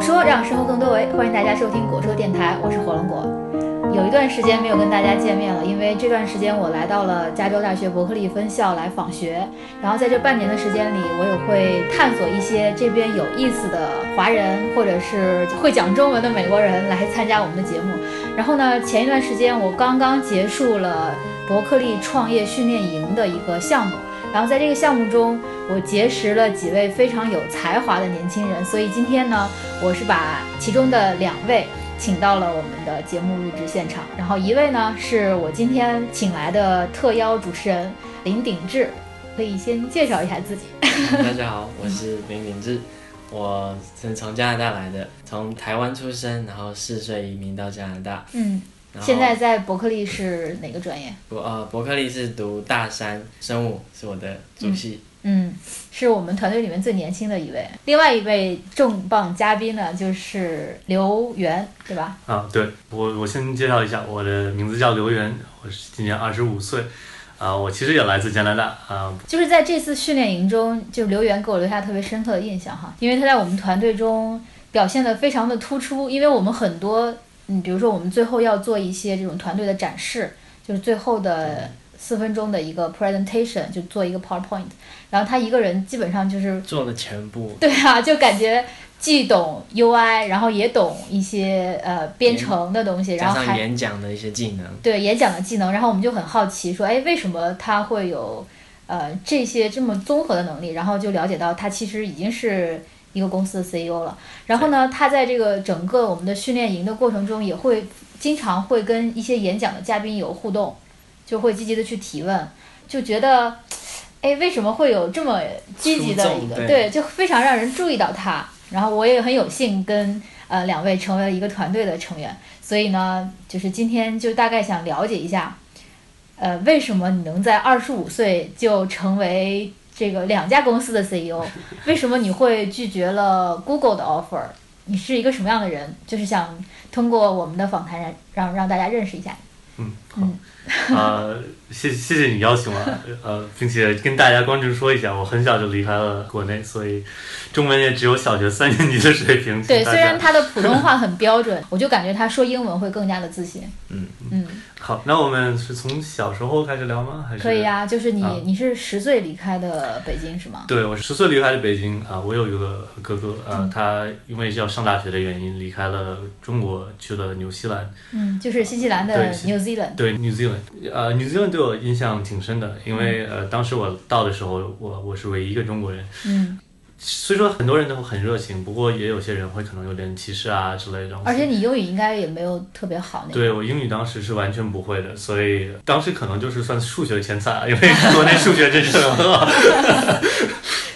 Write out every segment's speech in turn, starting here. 说让生活更多维，欢迎大家收听果说电台，我是火龙果。有一段时间没有跟大家见面了，因为这段时间我来到了加州大学伯克利分校来访学，然后在这半年的时间里，我也会探索一些这边有意思的华人或者是会讲中文的美国人来参加我们的节目。然后呢，前一段时间我刚刚结束了伯克利创业训练营的一个项目，然后在这个项目中，我结识了几位非常有才华的年轻人，所以今天呢，我是把其中的两位。请到了我们的节目录制现场，然后一位呢是我今天请来的特邀主持人林鼎志，可以先介绍一下自己。嗯大家好，我是林敏志，我是从加拿大来的，从台湾出生，然后四岁移民到加拿大。嗯，然后现在在伯克利是哪个专业？伯呃伯克利是读大三生物，是我的主系。嗯，是我们团队里面最年轻的一位。另外一位重磅嘉宾呢，就是刘源，对吧？啊，对我，我先介绍一下，我的名字叫刘源，我是今年二十五岁，啊，我其实也来自加拿大，啊，就是在这次训练营中，就刘源给我留下特别深刻的印象哈，因为他在我们团队中表现得非常的突出，因为我们很多，嗯，比如说我们最后要做一些这种团队的展示，就是最后的四分钟的一个 presentation，就做一个 PowerPoint，然后他一个人基本上就是做了全部，对啊，就感觉既懂 UI，然后也懂一些呃编程的东西，然加后还上演讲的一些技啊能，对演讲的技能，然后我们就很好奇说，哎，为什么他会有呃这些这么综合的能力？然后就了解到他其实已经是一个公司的 CEO 了。然后呢，他在这个整个我们的训练营的过程中，也会经常会跟一些演讲的嘉宾有互动，就会积极的去提问，就觉得。哎，为什么会有这么积极的出众一个对对，就非常让人注意到他。然后我也很有幸跟呃两位成为了一个团队的成员，所以呢，就是今天就大概想了解一下，呃，为什么你能在二十五岁就成为这个两家公司的 E CEO？为什么你会拒绝了 Google 的 offer？你是一个什么样的人？就是想通过我们的访谈让让让大家认识一下你。嗯，嗯好，啊，谢谢谢你邀请我，呃，并且跟大家观众说一下，我很小就离开了国内，所以中文也只有小学三年级的水平，请对，大虽然家。他的普通话很标准， 我就感觉他说英文会更加的自信。嗯嗯。好，那我们是从小时候开始聊吗？还是可以啊，就是你、啊你是十岁离开的北京是吗？对，我十岁离开了北京啊、我有一个哥哥啊、嗯他因为要上大学的原因离开了中国，去了纽西兰。嗯，就是新西兰的对 New Zealand。对 New Zealand，呃，New Zealand 对我印象挺深的，因为呃，当时我到的时候，我我是唯一一个中国人。嗯，虽说很多人都很热情，不过也有些人会可能有点歧视啊之类的东西。而且你英语应该也没有特别好那个。对我英语当时是完全不会的，所以当时可能就是算数学前三，因为国内数学真是很好。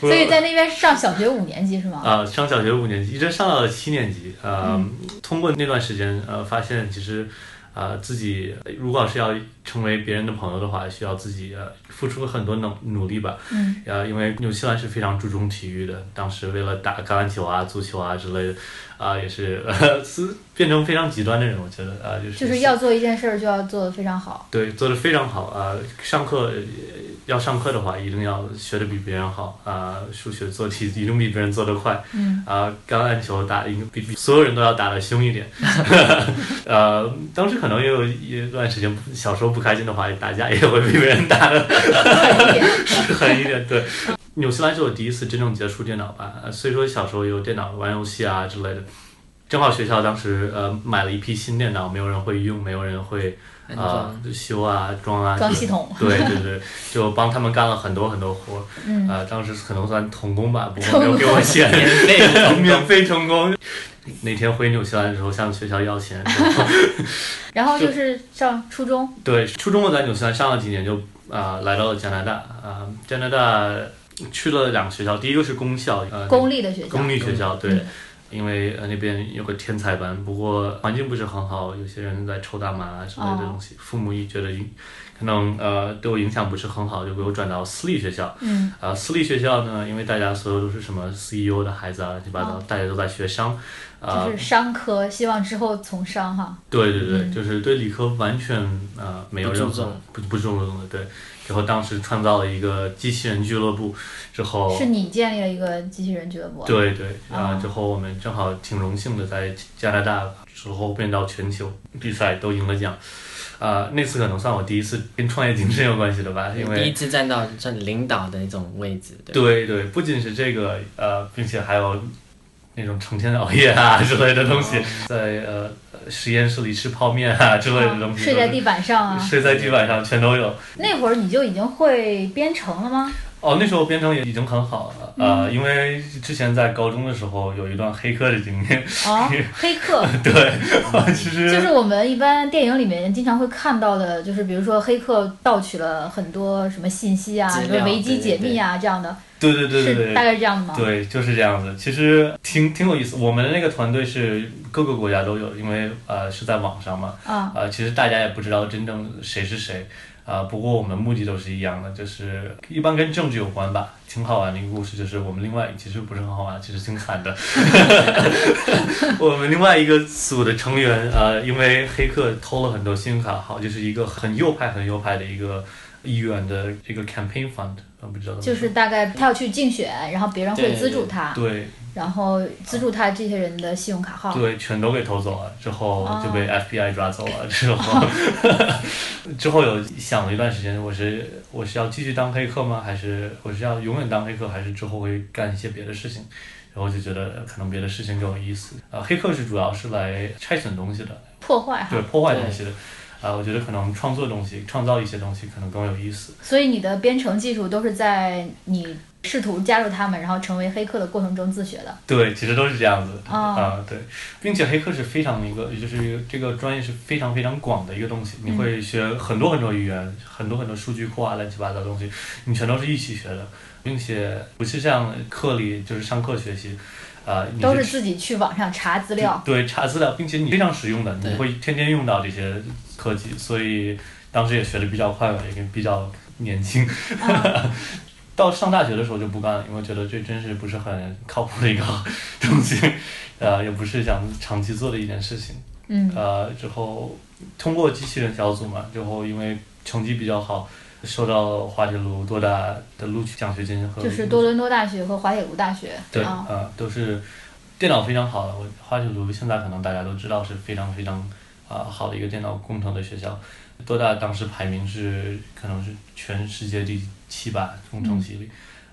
所以在那边上小学五年级是吗？嗯啊，上小学五年级，一直上到了七年级。呃，通过那段时间，呃，发现其实，呃，自己如果是要成为别人的朋友的话，需要自己、呃、付出很多努努力吧。嗯。呃，因为纽西兰是非常注重体育的，当时为了打橄榄球啊、足球啊之类的，啊、也是 呃，是变成非常极端的人，我觉得啊、就是就是要做一件事儿就要做得非常好。对，做的非常好啊、呃上课呃要上课的话，一定要学的比别人好啊、数学做题一定比别人做得快。嗯。啊、橄榄球打得一定比比所有人都要打得凶一点。 呃，当时可能也有一段时间，小时候不开心的话，打架也会比别人打的狠一点。对，纽西兰是我第一次真正接触电脑吧，呃虽说小时候有电脑玩游戏啊之类的。正好学校当时呃买了一批新电脑，没有人会用，没有人会安啊装、修啊、装啊，装系统对对对，就帮他们干了很多很多活儿。嗯啊，当时可能算童工吧，不童过没有给我钱，免费 的免费童工。那天回纽西兰的时候向学校要钱，然 后然后就是上初中，对，初中我在纽西兰上了几年就，啊来到了加拿大啊、加拿大去了两个学校，第一个是公校，呃，公立的学校公。立学校对。嗯因为呃那边有个天才班，不过环境不是很好，有些人在抽大麻啊之类的东西。哦父母也觉得影可能呃对我影响不是很好，就给我转到私立学校。呃嗯 E 啊、私立学校呢，因为大家所有都是什么 CEO 的孩子啊，乱七八糟，大家都在学商，啊、哦就是商科，希望之后从商哈。对对对，嗯就是对理科完全呃没有不任注何重不不注重的对。然后当时创造了一个机器人俱乐部，之后是你建立了一个机器人俱乐部啊，哦对对，啊、哦之后我们正好挺荣幸的在加拿大之后变到全球比赛都赢了奖，啊、那次可能算我第一次跟创业精神有关系的吧，因为第一次站到算领导的一种位置，对吧，对对，不仅是这个，呃，并且还有那种成天熬夜哦啊之类的东西，在呃实验室里吃泡面啊之类的东西，睡在地板上都啊是。睡在地板上全都有。那会儿你就已经会编程了吗？哦，那时候编程也已经很好了，嗯呃，因为之前在高中的时候有一段黑客的经历，啊，黑客对，其实就是我们一般电影里面经常会看到的，就是比如说黑客盗取了很多什么信息啊，资什料么维基对对解密啊这样的， 对对对是对对大。概这样的吗？对，就是这样子。其实挺挺有意思。我们那个团队是各个国家都有，因为呃是在网上嘛，啊，呃，其实大家也不知道真正谁是谁，啊、不过我们目的都是一样的，就是一般跟政治有关吧。挺好玩的一个故事，就是我们另外其实不是很好玩，其实挺 惨的。我们另外一个组的成员，呃，因为黑客偷了很多信用卡号，就是一个很右派、很右派的一个议员的这个 campaign fund，呃不知道怎么就说是大概他要去竞选，然后别人会对资助他，对然后资助他这些人的信用卡号。对，全都给偷走了，之后哦就被 FBI 抓走了。之后， 之后有想了一段时间，我是我是要继续当黑客吗？还是我是要永远当黑客？还是之后会干一些别的事情？然后就觉得可能别的事情更有意思。啊、黑客是主要是来拆损东西的，破坏哈对，，破坏东西的。啊、我觉得可能创作东西、创造一些东西可能更有意思。所以你的编程技术都是在你试图加入他们，然后成为黑客的过程中自学的。对，其实都是这样子哦啊、对，并且黑客是非常一个，也就是这个专业是非常非常广的一个东西，你会学很多很多语言，很多很多数据库啊，乱七八糟的东西，你全都是一起学的，并且不是像课里就是上课学习，啊、你都是是自己去网上查资料。对查资料，并且你非常实用的，你对会天天用到这些科技，所以当时也学的比较快嘛，也比较年轻。嗯 到上大学的时候就不干了，因为觉得这真是不是很靠谱的一个 东西，呃，也不是想长期做的一件事情。嗯，呃，之后通过机器人小组嘛，之后因为成绩比较好，受到滑铁卢多大的录取奖学金和就是多伦多大学和滑铁卢大学。呃对，啊啊、、都是电脑非常好的。我花九族现在可能大家都知道是非常非常啊、好的一个电脑工程的学校。多大当时排名是可能是全世界第七吧，工嗯程系里。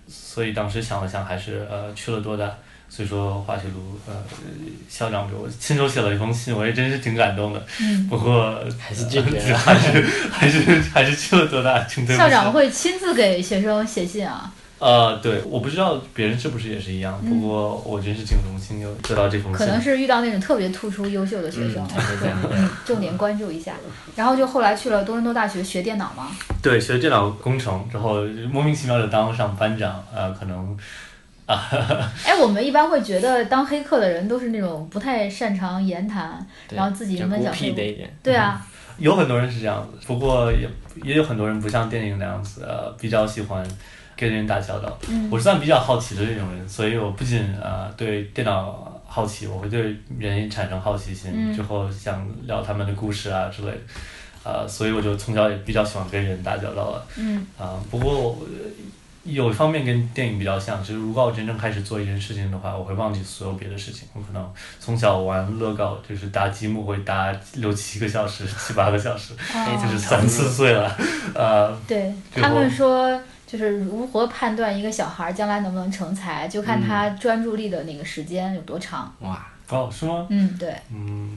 所以当时想了想，还是呃去了多大。所以说滑铁卢呃校长给我亲手写了一封信，我也真是挺感动的。嗯，不过 还是拒绝了。还是还是还是去了多大，挺对不校起。长会亲自给学生写信啊。呃，对，我不知道别人是不是也是一样，不过我真是挺荣幸有得到这封嗯可信。能是遇到那种特别突出优秀的学生嗯，对对嗯重点关注一下。然后就后来去了多伦多大学学电脑嘛，对，学电脑工程之后，莫名其妙的当上班长，呃，可能哎，我们一般会觉得当黑客的人都是那种不太擅长言谈，对然后自己就闷孤小黑僻屋的一点，对啊，有很多人是这样子，不过也也有很多人不像电影那样子，呃，比较喜欢跟人打交道。嗯我是算比较好奇的那种人，所以我不仅呃对电脑好奇，我会对人也产生好奇心，嗯之后想聊他们的故事啊之类的，呃，所以我就从小也比较喜欢跟人打交道了。嗯，啊、不过我呃有一方面跟电影比较像，就是如果我真正开始做一件事情的话，我会忘记所有别的事情。我可能从小玩乐高，就是搭积木会搭六七个小时、七八个小时，哦就是三四岁了。呃，对最他后们说，就是如何判断一个小孩儿将来能不能成才，就看他嗯专注力的那个时间有多长。哇，哦，是吗？嗯，对，嗯。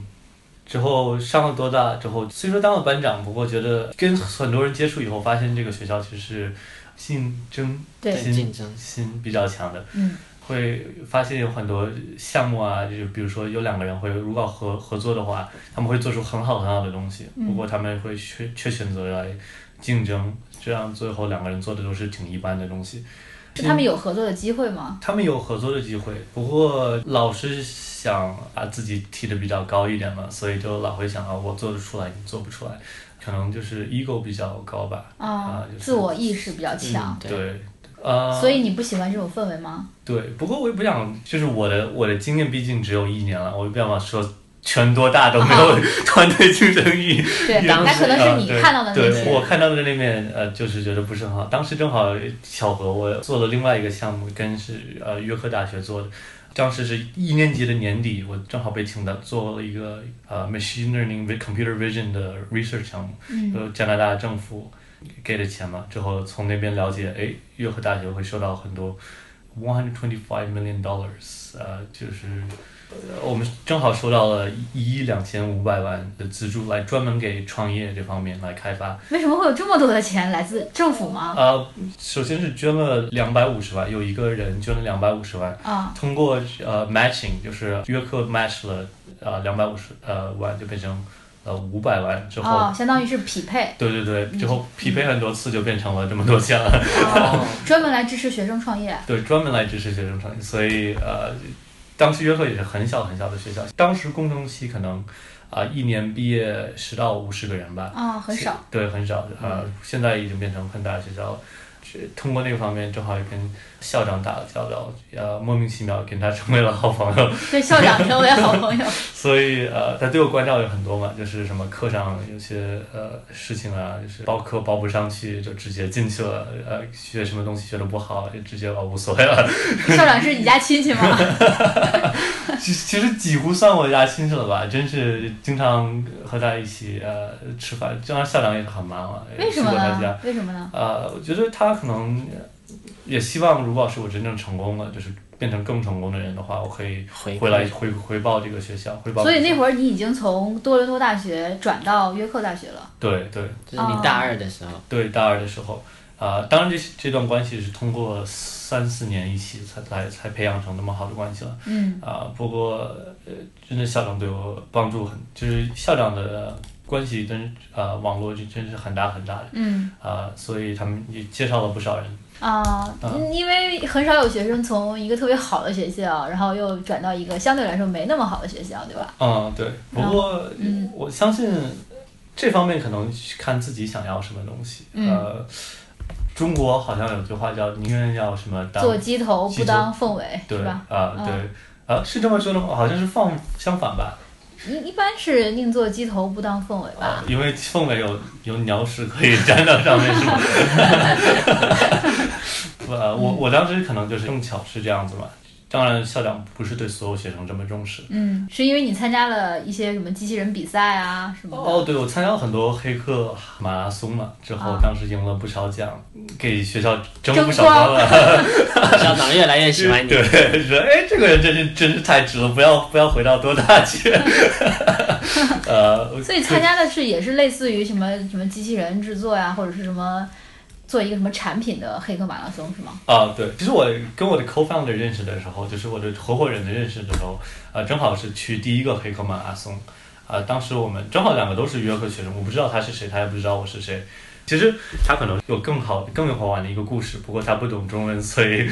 之后上了多大之后，虽说当了班长，不过觉得跟很多人接触以后，发现这个学校其实是竞争对心竞争心比较强的。嗯会发现有很多项目啊，就是比如说有两个人会如果合合作的话，他们会做出很好很好的东西，嗯不过他们会缺缺选择来竞争，这样最后两个人做的都是挺一般的东西。是他们有合作的机会吗？他们有合作的机会，不过老是想把自己提的比较高一点嘛，所以就老会想啊，我做得出来，你做不出来，可能就是 ego 比较高吧。啊啊，就是自我意识比较强。对对，呃，所以你不喜欢这种氛围 吗？对，不过我也不想，就是我的我的经验毕竟只有一年了，我也不想说全多大都没有团队竞争力。对，当那时可能是你呃对看到的那对些。我看到的那面，呃，就是觉得不是很好。当时正好巧合，我做了另外一个项目，跟是呃约克大学做的。当时是一年级的年底，我正好被请到做了一个呃 machine learning with computer vision 的 research 项目，嗯，呃，加拿大政府给的钱嘛，之后从那边了解，哎，约克大学会收到很多 one hundred twenty five million dollars，呃，就是呃我们正好收到了一亿两千五百万的资助，来专门给创业这方面来开发。为什么会有这么多的钱来自政府吗？呃，首先是捐了两百五十万，有一个人捐了两百五十万，啊，通过呃 matching，就是约克 match 了呃两百五十呃万，就变成呃五百万之后。哦，相当于是匹配，对对对，之后匹配很多次就变成了这么多钱了， 哦，专门来支持学生创业。对，专门来支持学生创业，所以呃，当时约克也是很小很小的学校，当时工程系可能啊、一年毕业十到五十个人吧，啊、很少。对，很少呃，现在已经变成很大的学校了。是通过那个方面，正好也跟校长打了交道，呃，莫名其妙跟他 成为了好朋友，对校长成为好朋友，所以呃，他对我关照有很多嘛，就是什么课上有些呃事情啊，就是报课报不上去就直接进去了，呃，学什么东西学的不好就直接哦无所谓了， 校长是你家亲戚吗？其其实几乎算我家亲戚了吧，真是经常和他一起呃吃饭，当然校长也很忙了，为什去么过他家，呢？为什么呢？呃，我觉得他可能呃也希望，如果是我真正成功了，就是变成更成功的人的话，我可以回回来回回报这个学校，回报所以那儿会儿你已经从多伦多大学转到约克大学了。对对就是哦你大二的时候，对，大二的时候，啊、当然这这段关系是通过三四年一起才才才培养成那么好的关系了。嗯，啊、不过呃，真的校长对我帮助很，就是校长的关系跟啊、网络就真是很大很大的嗯啊、所以他们也介绍了不少人。啊、啊嗯因为很少有学生从一个特别好的学校，然后又转到一个相对来说没那么好的学校，对吧？嗯，对。不然过、嗯我相信这方面可能看自己想要什么东西。嗯呃，中国好像有句话叫“宁愿要什么当做鸡头鸡不头当凤尾，”，对是吧？啊、嗯对啊、是这么说的吗？好像是放相反吧。一一般是宁做鸡头不当凤尾吧啊，？因为凤尾有有鸟屎可以粘到上面，是吗？ 呃，我我当时可能就是正巧是这样子嘛。当然，校长不是对所有学生这么重视。嗯，是因为你参加了一些什么机器人比赛啊什么的。哦，对，我参加了很多黑客马拉松嘛，之后啊当时赢了不少奖，给学校争争不少光了。校长越来越喜欢你。 对，说哎，这个人真是真是太值了，不要不要回到多大去。 呃，所以参加的是也是类似于什么什么机器人制作呀、或者是什么做一个什么产品的黑客马拉松是吗？啊，对，其实我跟我的 co-founder 认识的时候，就是我的合伙人的认识的时候，呃，正好是去第一个黑客马拉松，啊、当时我们正好两个都是约克学生，我不知道他是谁，他也不知道我是谁。其实他可能有更好、更有好玩的一个故事，不过他不懂中文，所以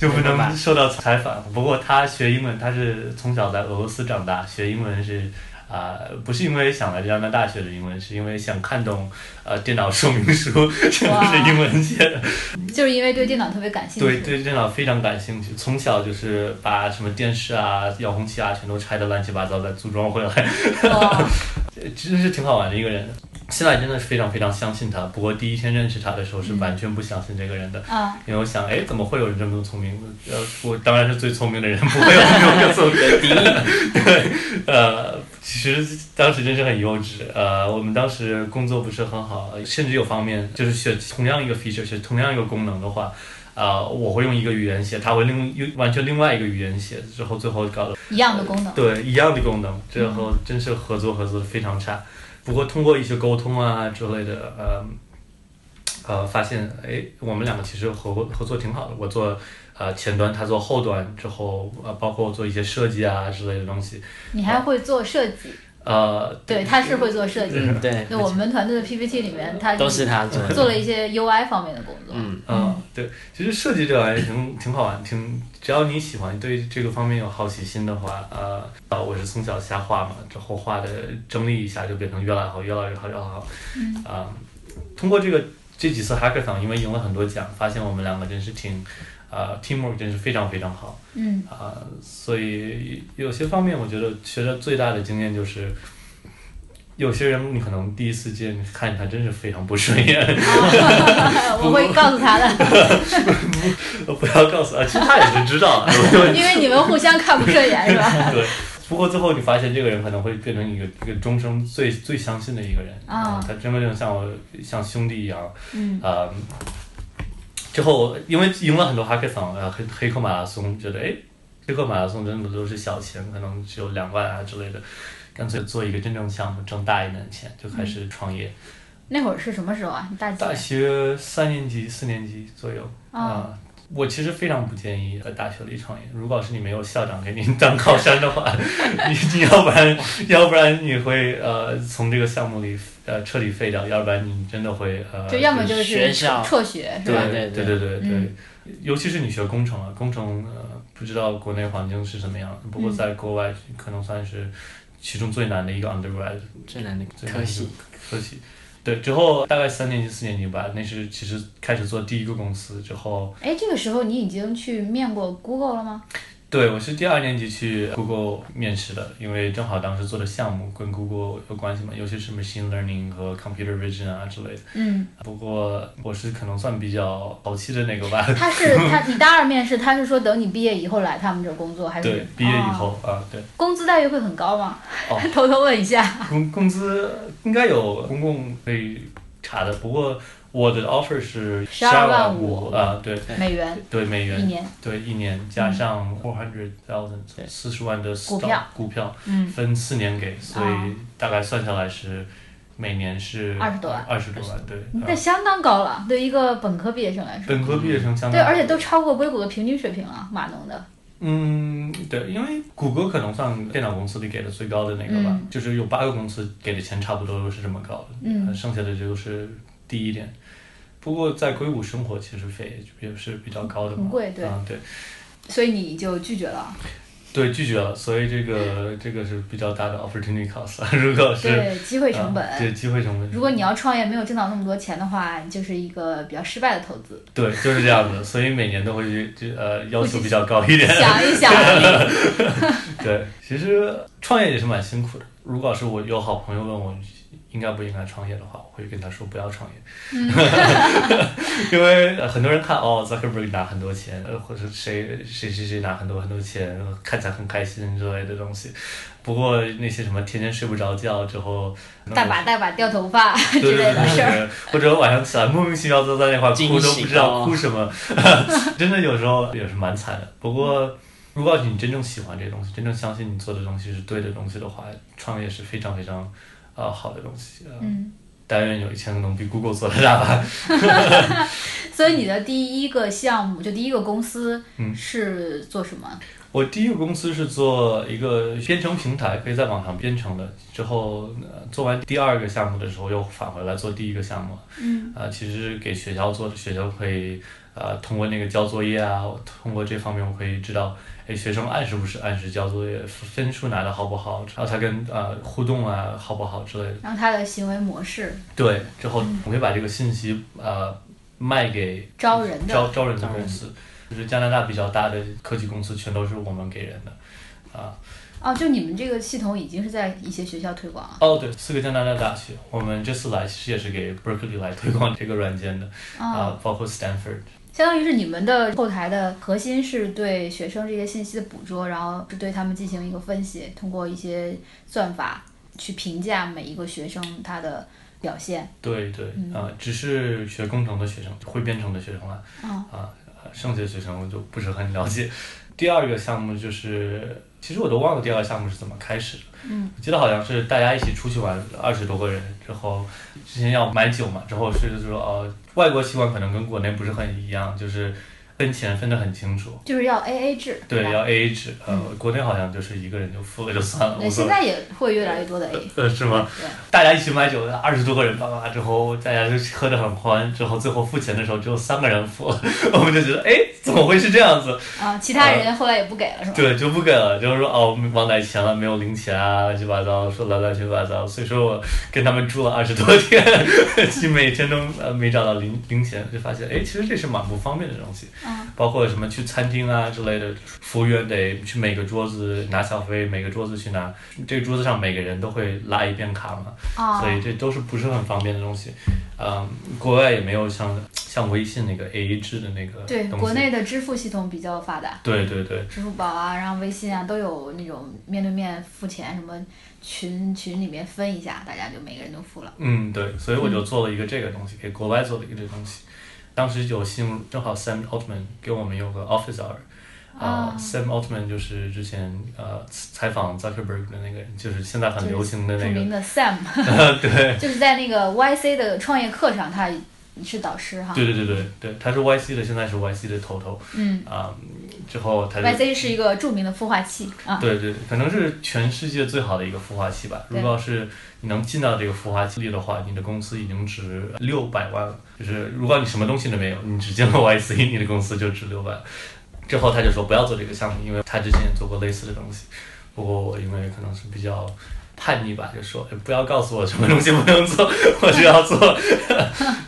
就不能受到采访。不过他学英文，他是从小在俄罗斯长大，学英文是啊、不是因为想来加拿大学的英文，是因为想看懂呃电脑说明书， 全部是英文写的。就是因为对电脑特别感兴趣。对对，电脑非常感兴趣，从小就是把什么电视啊、遥控器啊全都拆得乱七八糟，再组装回来， 哇真是挺好玩的一个人。现在真的是非常非常相信他，不过第一天认识他的时候是完全不相信这个人的，啊，因为我想，哎，怎么会有人这么聪明？呃，我当然是最聪明的人，不会有人这 么聪明的敌。对，呃，其实当时真是很幼稚。呃，我们当时工作不是很好，甚至有方面就是学同样一个 feature，学同样一个功能的话。啊、我会用一个语言写，他会另用完全另外一个语言写，之后最后搞得一样的功能。对一样的功能，最后真是合作合作得非常差。不过通过一些沟通啊之类的，呃，呃，发现哎，我们两个其实合合作挺好的，我做呃前端，他做后端，之后呃包括我做一些设计啊之类的东西，你还会做设计？呃，对，他是会做设计。嗯，对， 就我们团队的 PPT 里面，他都是他做的。做了一些 UI 方面的工作。嗯，嗯，对，其实设计这玩意儿挺挺好玩，挺只要你喜欢，对这个方面有好奇心的话，呃，啊，我是从小瞎画嘛，之后嗯画的整理一下就变成越来越好，越来越好，越来越好，啊、通过这个这几次 Hackathon 因为赢了很多奖，发现我们两个真是挺，呃，teamwork 真是非常非常好嗯啊、所以有些方面我觉得学的最大的经验就是。有些人你可能第一次见看他真是非常不顺眼， 嗯 我会告诉他的，不要告诉他，其实他也是知道的，我因为你们互相看不顺眼是 吧？对，不过最后你发现这个人可能会变成一个一个终生最最相信的一个人啊他真的就像我像兄弟一样嗯啊、之后因为赢了很多 hackathon，呃，黑黑客马拉松，觉得哎，黑客马拉松真的都是小钱，可能只有两万啊之类的，干脆做一个真正项目，挣大一点的钱，就嗯开始创业。那会儿是什么时候啊？你大几？大学三年级、四年级左右啊我其实非常不建议在大学里创业。如果是你没有校长给你当靠山 的话，你你要不然要不然你会呃从这个项目里呃彻底废掉，要不然你真的会呃就要么就是学校辍学是对吧？对对对对对对嗯尤其是你学工程啊，工程呃不知道国内环境是什么样的，嗯不过在国外可能算是其中最难的一个 undergrad 最难的最科系，科系。对，之后大概三年级、四年级吧，那是其实开始做第一个公司之后，哎，这个时候你已经去面过 Google 了吗？对我是第二年级去 Google 面试的，因为正好当时做的项目跟 Google 有关系嘛，尤其是 machine learning 和 computer vision 啊之类的。嗯，不过我是可能算比较早期的那个吧， 嗯他是他，你大二面试，他是说等你毕业以后来他们这儿工作，还是对，毕业以哦后、啊，对，工资待遇会很高吗？哦 偷偷问一下。工工资应该有公共可以查的，不过我的 offer 是12万五啊，对美元对美元一年，对，一年加上 four hundred thousand 对四十万的 stock, 嗯股票股票嗯，分四年给，所哦以大概算下来是每年是20多万嗯二十多万，对。那啊相当高了，对一个本科毕业生来说，本科毕业生相当对，而且都超过硅谷的平均水平了，码农的。嗯，对，因为谷歌可能算电脑公司里给的最高的那个吧，嗯就是有八个公司给的钱差不多都是这么高的，嗯呃剩下的就是低一点。不过在硅谷生活其实费也是比较高的嘛，很贵对啊对所以你就拒绝了，对，拒绝了，所以这个这个是比较大的 opportunity cost 啊。如果是对，机会成啊本。对机会成本，如果你要创业没有挣到那么多钱的话，就是一个比较失败的投 资。对就是这样子，所以每年都会去去呃要求比较高一点。想一想， 对，其实创业也是蛮辛苦的。如果是我有好朋友问我应该不应该创业的话，我会跟他说不要创业，嗯 因为呃很多人看哦，Zuckerberg 拿很多钱，呃或者谁谁谁谁拿很多很多钱，看起来很开心之类的东西。不过那些什么天天睡不着觉之后，大把大把掉头发之 对对类对的对事儿。对，或者晚上起来莫名其妙坐在那块儿惊哭都醒不知道哦哭什么， 真的有时候也是蛮惨的。不过，如果你真正喜欢这些东西，真正相信你做的东西是对的东西的话，创业是非常非常呃好的东西。呃嗯，但愿有一天能比 Google 做的大吧。所以你的第一个项目，就第一个公司嗯是做什么？我第一个公司是做一个编程平台，可以在网上编程的。之后、呃、做完第二个项目的时候，又返回来做第一个项目。嗯，啊，其实给学校做的，学校可以呃通过那个交作业啊，通过这方面我可以知道，哎，学生按时不是按时交作业，分数拿的好不好，然后他跟呃互动啊好不好之类的。然后他的行为模式，对，之后我可以把这个信息呃卖给招人的招招人的公司，就是加拿大比较大的科技公司，全都是我们给人的。啊，哦，就你们这个系统已经是在一些学校推广了。哦对，四个加拿大大学，我们这次来其实也是给 Berkeley 来推广这个软件的啊、啊、包括 Stanford，相当于是你们的后台的核心是对学生这些信息的捕捉，然后是对他们进行一个分析，通过一些算法去评价每一个学生他的表现。对对，啊、只是学工程的学生，会编程的学生啊，嗯啊、呃剩下的学生我就不是很了解。第二个项目就是，其实我都忘了第二个项目是怎么开始的。嗯，我记得好像是大家一起出去玩，二十多个人之后，之前要买酒嘛，之后是就是说呃，外国习惯可能跟国内不是很一样，就是分钱分得很清楚。就是要 A A 制，对，吧要 A A 制。呃，国内好像就是一个人就付了就算了，对，无所现谓。在也会越来越多的 A， 呃，是吗？对，大家一起买酒，二十多个人，叭叭叭，之后大家就喝得很欢，之后最后付钱的时候只有三个人付， 我们就觉得，哎，怎么会是这样子？啊，其他人后来也不给了，是吧？呃对，就不给了，就是说哦，忘带钱了，没有零钱啊，乱七八糟，说来乱七八糟，所以说我跟他们住了二十多天， 其实每天都呃没找到零零钱，就发现哎，其实这是蛮不方便的东西，嗯包括什么去餐厅啊之类的，服务员得去每个桌子拿小费，每个桌子去拿，这个桌子上每个人都会拉一遍卡嘛，啊所，以这都是不是很方便的东西，嗯，国外也没有像像微信那个 AA 制的那个对，东国西内的支付系统比较发达，对对对。支付宝啊，然后微信啊，都有那种面对面付钱，什么群群里面分一下，大家就每个人都付了。嗯，对，所以我就做了一个这个东西，给国外做了一个这个东西。当时有新闻，正好 Sam Altman 给我们有个 office hour，啊、啊 s a m Altman 就是之前呃采访 Zuckerberg 的那个人，就是现在很流行的著那名个，的 Sam， 对，就是在那个 YC 的创业课上，他是导师哈。对对对对对，他是 YC 的，现在是 YC 的头头嗯啊、之后他就，YC 是一个著名的孵化器啊。对对，可能是全世界最好的一个孵化器吧。对如果要是你能进到这个孵化器里的话，你的公司已经值六百万了。就是如果你什么东西都没有，你只进了 YC，你的公司就值六百。之后他就说不要做这个项目，因为他之前也做过类似的东西。不过我因为可能是比较叛逆吧，就说哎不要告诉我什么东西不能做， 我就要做。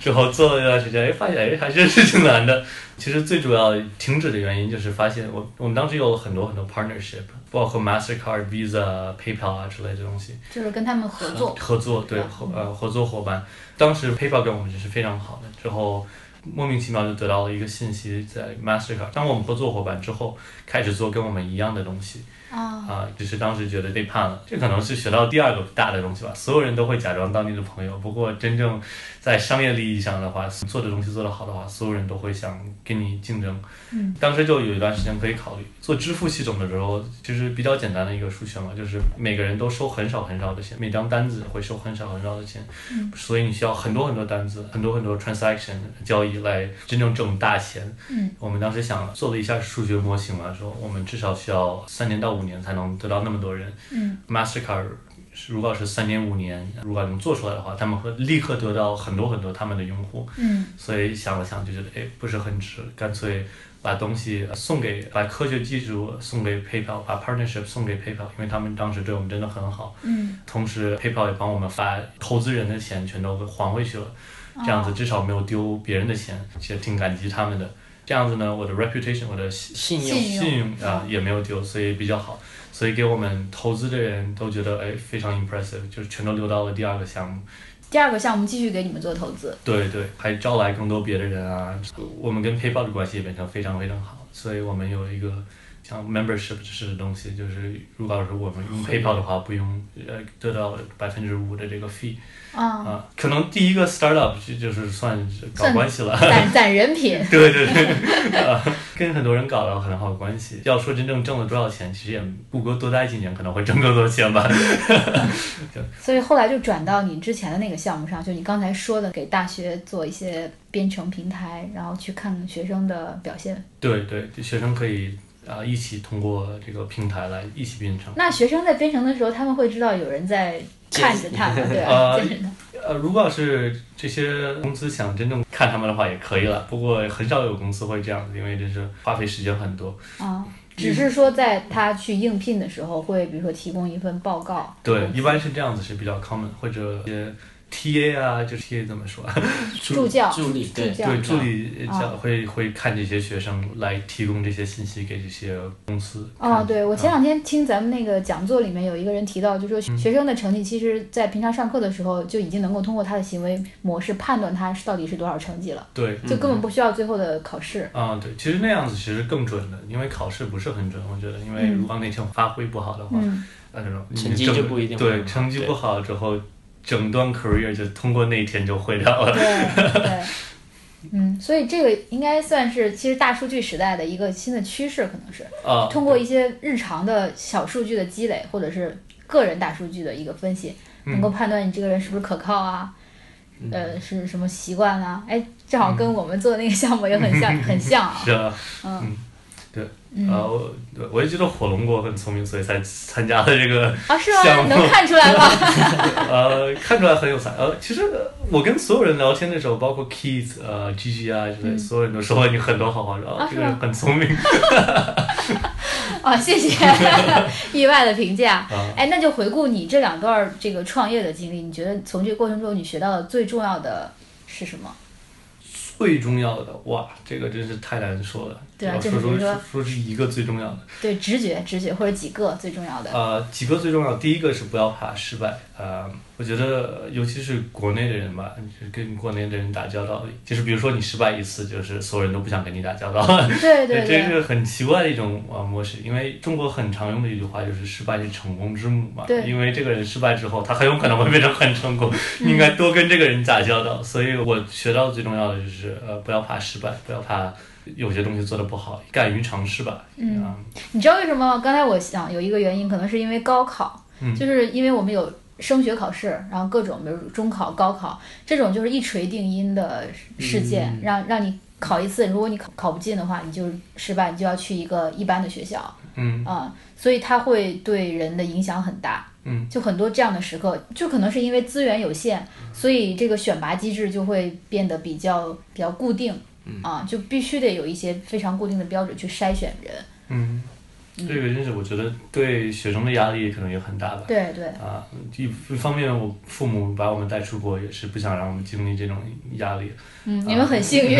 之后做了一段时间，哎，发现哎还真是挺难的。其实最主要停止的原因就是发现我我们当时有很多很多 partnership，包括 Mastercard、Visa、PayPal 啊之类的东西就是跟他们合作。嗯合作对对吧合呃合作伙伴。当时 PayPal 跟我们也是非常好的，之后莫名其妙就得到了一个信息，在 Mastercard 当我们合作伙伴之后，开始做跟我们一样的东西。啊，啊，只是当时觉得背叛了，这可能是学到第二个大的东西吧。所有人都会假装当你的朋友，不过真正在商业利益上的话，做的东西做得好的话，所有人都会想跟你竞争。嗯，当时就有一段时间可以考虑做支付系统的时候，其实比较简单的一个数学嘛，就是每个人都收很少很少的钱，每张单子会收很少很少的钱，嗯所以你需要很多很多单子，很多很多 transaction 交易来真正挣大钱。嗯，我们当时想做了一下数学模型嘛，说我们至少需要三年到五年才能得到那么多人。嗯，Mastercard 是如果是三年五年，如果能做出来的话，他们会立刻得到很多很多他们的用户。嗯，所以想了想就觉得，哎，不是很值，干脆把东西送给，把科学技术送给 PayPal，把 partnership 送给 PayPal，因为他们当时对我们真的很好。嗯，同时 PayPal 也帮我们把投资人的钱全都还回去了，这样子至少没有丢别人的钱，其实挺感激他们的。这样子呢，我的 reputation，我的信信用信用啊也没有丢，所以比较好。所以给我们投资的人都觉得哎非常 impressive，就是全都留到了第二个项目。第二个项目继续给你们做投资。对对，还招来更多别的人啊。我们跟 PayPal 的关系也变成非常非常好，所以我们有一个像 membership 式的东西，就是如果是我们用 PayPal 的话，不用呃得到百分之五的这个 fee 啊，啊。可能第一个 startup 就就是算是搞算关系了。攒攒人品。 对对对，啊，跟很多人搞了很好的关系。要说真正挣了多少钱，其实也不过多待几年可能会挣更多 钱吧。所以后来就转到你之前的那个项目上，就你刚才说的，给大学做一些编程平台，然后去看学生的表现。对对，学生可以啊、一起通过这个平台来一起编程。那学生在编程的时候，他们会知道有人在看着他 们，对吧？呃见着他。呃，如果要是这些公司想真正看他们的话，也可以了。不过很少有公司会这样子，因为这是花费时间很多。啊，只是说在他去应聘的时候，会比如说提供一份报告，对，一般是这样子是比较 common，或者一些 TA 啊，就是 TA 怎么说啊？助教助力对助教对，助理啊教会会看这些学生来提供这些信息给这些公司。哦，对，我前啊两天听咱们那个讲座里面有一个人提到，就说嗯学生的成绩其实，在平常上课的时候就已经能够通过他的行为模式判断他是到底是多少成绩了，对。嗯就根本不需要最后的考试。啊、对，其实那样子其实更准的，因为考试不是很准，我觉得，因为嗯如果那天我发挥不好的话，嗯，那种成绩整就不一定会对，好成绩对不好之后，整段 career 就通过那一天就毁 掉了。对对，嗯，所以这个应该算是其实大数据时代的一个新的趋势，可能是啊，通过一些日常的小数据的积累，嗯或者是个人大数据的一个分析，能够判断你这个人是不是可靠啊，呃，是什么习惯啦、哎，正好嗯跟我们做的那个项目也很像，很像 啊。是啊，嗯，然后我我也觉得火龙果很聪明，所以才参加了这个啊，是吗项？目能看出来吗？呃，看出来很有才。呃，其实呃我跟所有人聊天的时候，包括 Keith、呃、G G 啊之类，所有人都说你很多好话，然后嗯啊这是个吗人很聪明 啊，谢谢意外的评价。啊。哎，那就回顾你这两段儿这个创业的经历，你觉得从这个过程中你学到的最重要的是什么？最重要的哇，这个真是太难说了。对啊要这说只出能说说说是一个最重要的。对，直觉，直觉或者几个最重要的。呃，几个最重要，第一个是不要怕失败。呃，我觉得尤其是国内的人吧，就是跟国内的人打交道，就是比如说你失败一次，就是所有人都不想跟你打交道。对对这对，是很奇怪的一种啊、呃模式，因为中国很常用的一句话就是“失败是成功之母”嘛。对嗯因为这个人失败之后，他很有可能会变成很成功， 你应该多跟这个人打交道。所以我学到的最重要的就是呃，不要怕失败，不要怕有些东西做的不好，敢于尝试吧。嗯啊你知道为什么吗？刚才我想有一个原因，可能是因为高考，嗯就是因为我们有升学考试，然后各种比如中考、高考这种就是一锤定音的事件，嗯让让你考一次，如果你考考不进的话，你就失败，你就要去一个一般的学校。嗯啊、所以它会对人的影响很大。嗯，就很多这样的时刻，就可能是因为资源有限，嗯所以这个选拔机制就会变得比较比较固定。嗯啊，就必须得有一些非常固定的标准去筛选人。嗯，这个真是我觉得对学生的压力可能也很大吧。对对，啊，一一方面，我父母把我们带出国也是不想让我们经历这种压力，嗯，你们很幸运。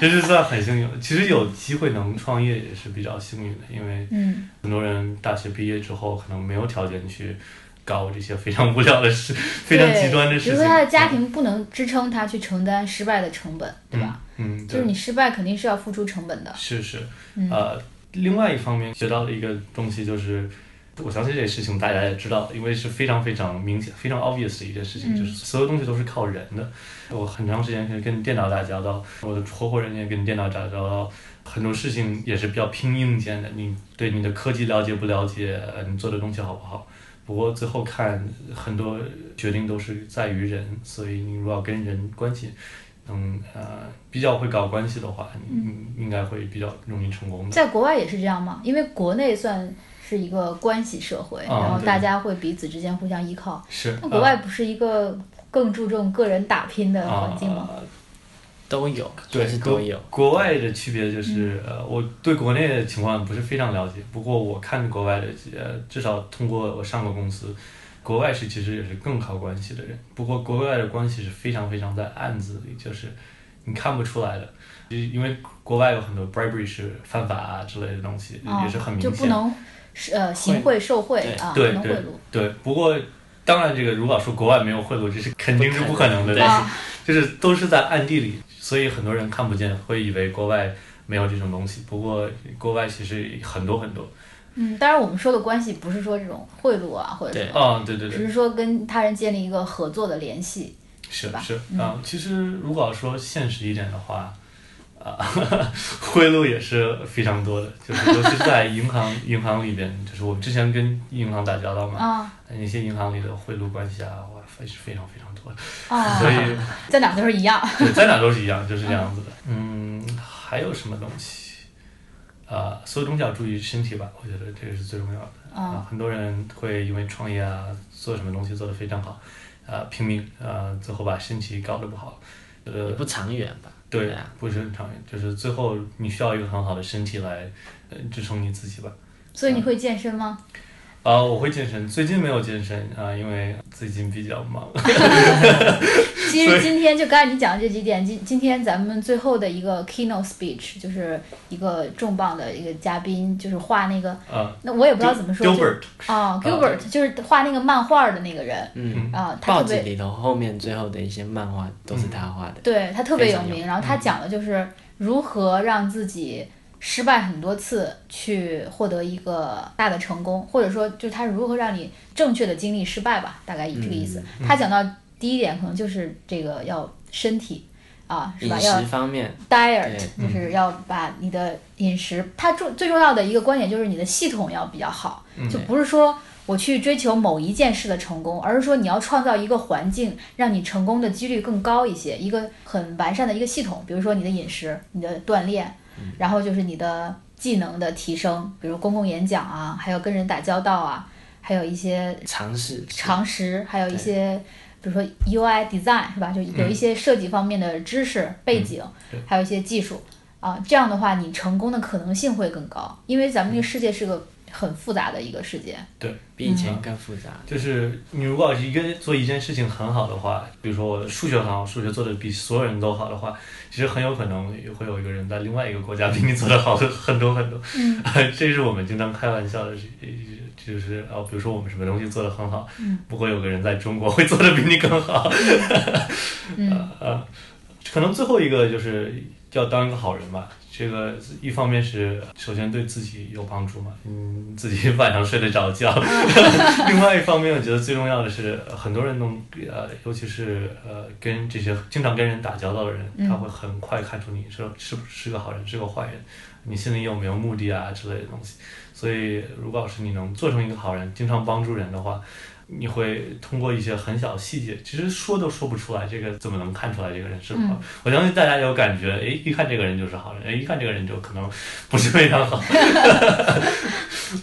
这是算很幸运。其实有机会能创业也是比较幸运的，因为嗯，很多人大学毕业之后可能没有条件去搞这些非常无聊 的事、非常对极端的事比情。如说他的家庭不能支撑他去承担失败的成本，对吧？嗯，嗯，就对是，你失败肯定是要付出成本的。是是，嗯呃，另外一方面学到的一个东西就是。呃我相信这个事情大家也知道，因为是非常非常明显、非常 obvious 的一件事情，嗯就是所有东西都是靠人的。我很长时间是跟电脑打交道，我的合伙人也跟电脑打交道，很多事情也是比较拼硬件的。你对你的科技了解不了解？呃你做的东西好不好？不过最后看很多决定都是在于人，所以你如果要跟人关系，嗯呃比较会搞关系的话，你你应该会比较容易成功的。在国外也是这样吗？因为国内算是一个关系社会，啊然后对大家会彼此之间互相依靠。是，那国呃外不是一个更注重个人打拼的啊环境吗？都有，对，算是国都有。国外的区别就是，呃，我对国内的情况不是非常了解，不过我看国外的，呃，至少通过我上过公司，国外是其实也是更靠关系的人，不过国外的关系是非常非常在暗子里，就是你看不出来的，就是因为国外有很多 bribery 是犯法啊之类的东西，啊也是很明就显的。不能是呃行贿受贿对啊，不对能贿对赂。对，不过当然，这个如果说国外没有贿赂，这是肯定是不可能的，不可能但啊是，就是都是在暗地里，所以很多人看不见，会以为国外没有这种东西。不过国外其实很多很多，嗯，当然我们说的关系不是说这种贿赂啊或者对什么，啊，对对只对，是说跟他人建立一个合作的联系。是吧嗯是啊。其实如果说现实一点的话。啊， 贿赂也是非常多的，就是尤其是在银行银行里边，就是我们之前跟银行打交道嘛，啊那些银行里的贿赂关系啊，哇，非是非常非常多的，啊，所以在哪儿都是一样。啊对，在哪都是一样，就是这样子的。嗯，还有什么东西？啊、所有东西要注意身体吧，我觉得这个是最重要的。啊、啊很多人会因为创业啊，做什么东西做得非常好，啊、拼命，啊、最后把身体搞得不好。也呃，不长远吧？对啊，，不是很长远，就是最后你需要一个很好的身体来，呃，支撑你自己吧。所以你会健身吗？啊、我会健身，最近没有健身啊、因为最近比较忙。其实今天就刚才你讲的这几点，今今天咱们最后的一个 keynote speech 就是一个重磅的一个嘉宾，就是画那个，啊、那我也不知道怎么 说，就是 Gilbert 啊，Gilbert 就是画那个漫画的那个人嗯，啊，他报特纸别里头后面最后的一些漫画都是他画的。对他特别非有常名，有嗯然后他讲的就是如何让自己失败很多次去获得一个大的成功，或者说就是他如何让你正确的经历失败吧，大概以这个意嗯思。他讲到第一点可能就是这个要身体。啊，是饮吧？要食方面， diet 对就是要把你的饮食，它重最重要的一个观点就是你的系统要比较好，就不是说我去追求某一件事的成功，而是说你要创造一个环境，让你成功的几率更高一些，一个很完善的一个系统，比如说你的饮食、你的锻炼，然后就是你的技能的提升，比如公共演讲啊，还有跟人打交道啊，还有一些尝试常识，还有一些。比如说 UI design 是吧？就有一些设计方面的知识、背景，嗯对还有一些技术啊，这样的话你成功的可能性会更高，因为咱们这嗯个世界是个很复杂的一个世界。比以嗯前更复杂。就是你如果一个做一件事情很好的话，比如说我数学很好，数学做的比所有人都好的话，其实很有可能会有一个人在另外一个国家比你做的好很多很多。嗯， 这是我们经常开玩笑的，是就是啊，比如说我们什么东西做的很好，嗯不会有个人在中国会做的比你更好。嗯 啊，可能最后一个就是要当一个好人吧。这个一方面是首先对自己有帮助嘛，嗯，自己晚上睡得着觉。另外一方面，我觉得最重要的是，很多人能呃，尤其是呃，跟这些经常跟人打交道的人，嗯他会很快看出你是是不是个好人，是个坏人，你心里有没有目的啊之类的东西。所以，如果要是你能做成一个好人，经常帮助人的话，你会通过一些很小的细节，其实说都说不出来，这个怎么能看出来这个人是个好人？我相信大家有感觉，哎，一看这个人就是好人，哎，一看这个人就可能不是非常好。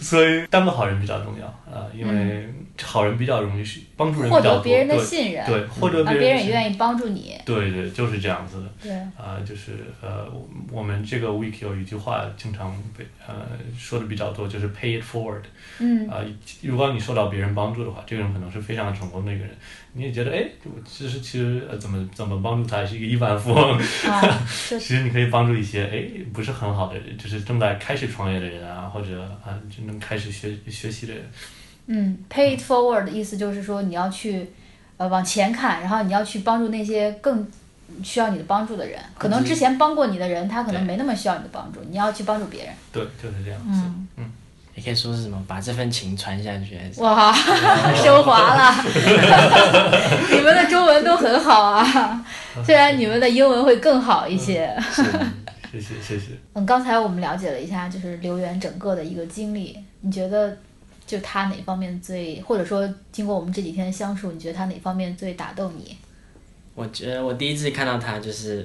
所以，当个好人比较重要啊、因为好人比较容易去帮助人比获较得多，别人的对信任，对，获得啊，别别人人也愿意帮助你。对对，就是这样子的。对，啊、就是呃，我我们这个 week 有一句话经常被呃说的比较多，就是 pay it forward。嗯啊、如果你受到别人帮助的话，这个人可能是非常成功的一个人，你也觉得，哎，我其实其实、呃、怎么怎么帮助他是一个亿万富翁，啊， 就其实你可以帮助一些，哎，不是很好的，就是正在开始创业的人啊，或者啊，就能开始学学习的人，嗯，pay it forward 的意思就是说你要去呃往前看，然后你要去帮助那些更。需要你的帮助的人，可能之前帮过你的人，他可能嗯对没那么需要你的帮助，你要去帮助别人。对，就是这样子。嗯，也可以说是什么，把这份情传下去，还是哇，升华了！你们的中文都很好啊，虽然你们的英文会更好一些。谢谢谢谢。嗯，刚才我们了解了一下，就是刘源整个的一个经历，你觉得就他哪方面最，或者说经过我们这几天的相处，你觉得他哪方面最打动你？我觉得我第一次看到他就是，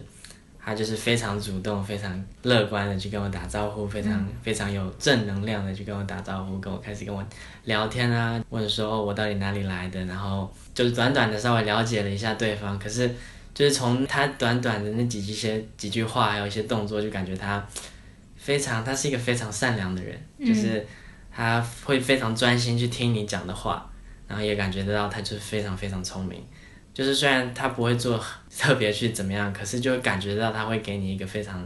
他就是非常主动、非常乐观的去跟我打招呼，非常、非常有正能量的去跟我打招呼，跟我开始跟我聊天啊，或者说我到底哪里来的，然后就是短短的稍微了解了一下对方，可是就是从他短短的那几句些几句话，还有一些动作，就感觉他非常，他是一个非常善良的人，就是他会非常专心去听你讲的话，然后也感觉得到他就是非常非常聪明。就是虽然他不会做 特别去怎么样，可是就会感觉到他会给你一个非常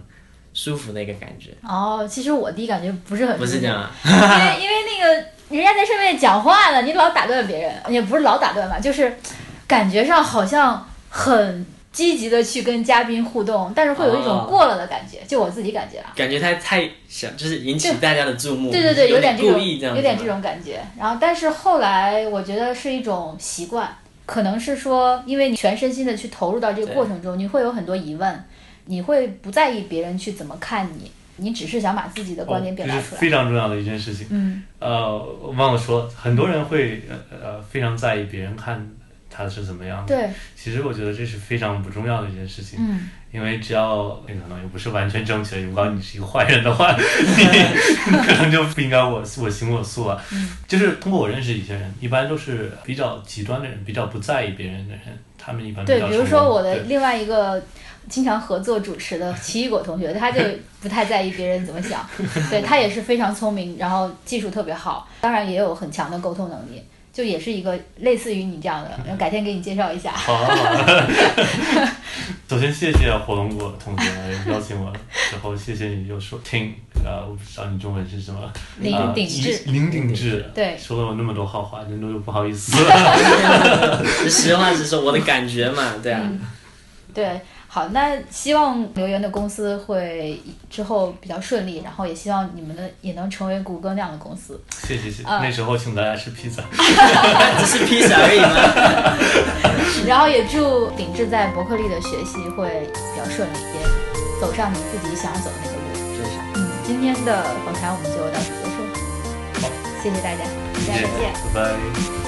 舒服的一个感觉，哦，其实我第一感觉不是很不是这样啊？ 因为因为那个人家在上面讲话呢，你老打断别人，也不是老打断吧，就是感觉上好像很积极的去跟嘉宾互动，但是会有一种哦过了的感觉，就我自己感觉啊。感觉他太想就是引起大家的注目，对对对，嗯有点这故种，意这样，有点这，种感觉。然后，但是后来我觉得是一种习惯，可能是说，因为你全身心的去投入到这个对过程中，你会有很多疑问，你会不在意别人去怎么看你，你只是想把自己的观点表这达是出来。非常重要的一件事情。嗯呃，我忘了说，很多人会呃呃非常在意别人看他是怎么样的。对，其实我觉得这是非常不重要的一件事情，嗯，因为只要你可能也不是完全正确，如果你是一个坏人 的话，你你可能就不应该我我行我素啊。嗯就是通过我认识一些人，一般都是比较极端的人，比较不在意别人的人，他们一般对比，较比如成说功我的对另外一个经常合作主持的奇异果同学， 他就不太在意别人怎么想，对他也是非常聪明，然后技术特别好，当然也有很强的沟通能力，就也是一个类似于你这样的， 改天给你介绍一下。好啊，好啊 首先谢谢火龙果同学邀请我，然后谢谢你又说听，呃，我不知道你中文是什么，林啊鼎志，林鼎志，对说了我那么多好话，真的又不好意思。就实话实说，我的感觉嘛，对啊，嗯对，好，那希望刘源的公司会之后比较顺利，然后也希望你们的也能成为谷歌那样的公 司。谢谢谢，啊那时候请大家吃披萨， 只是披萨而已 嘛。然后也祝鼎志在伯克利的学习会比较顺利，也走上你自己想要走的那个路。就是嗯，今天的访谈我们就到此结束，好谢谢大家。下次见。拜拜。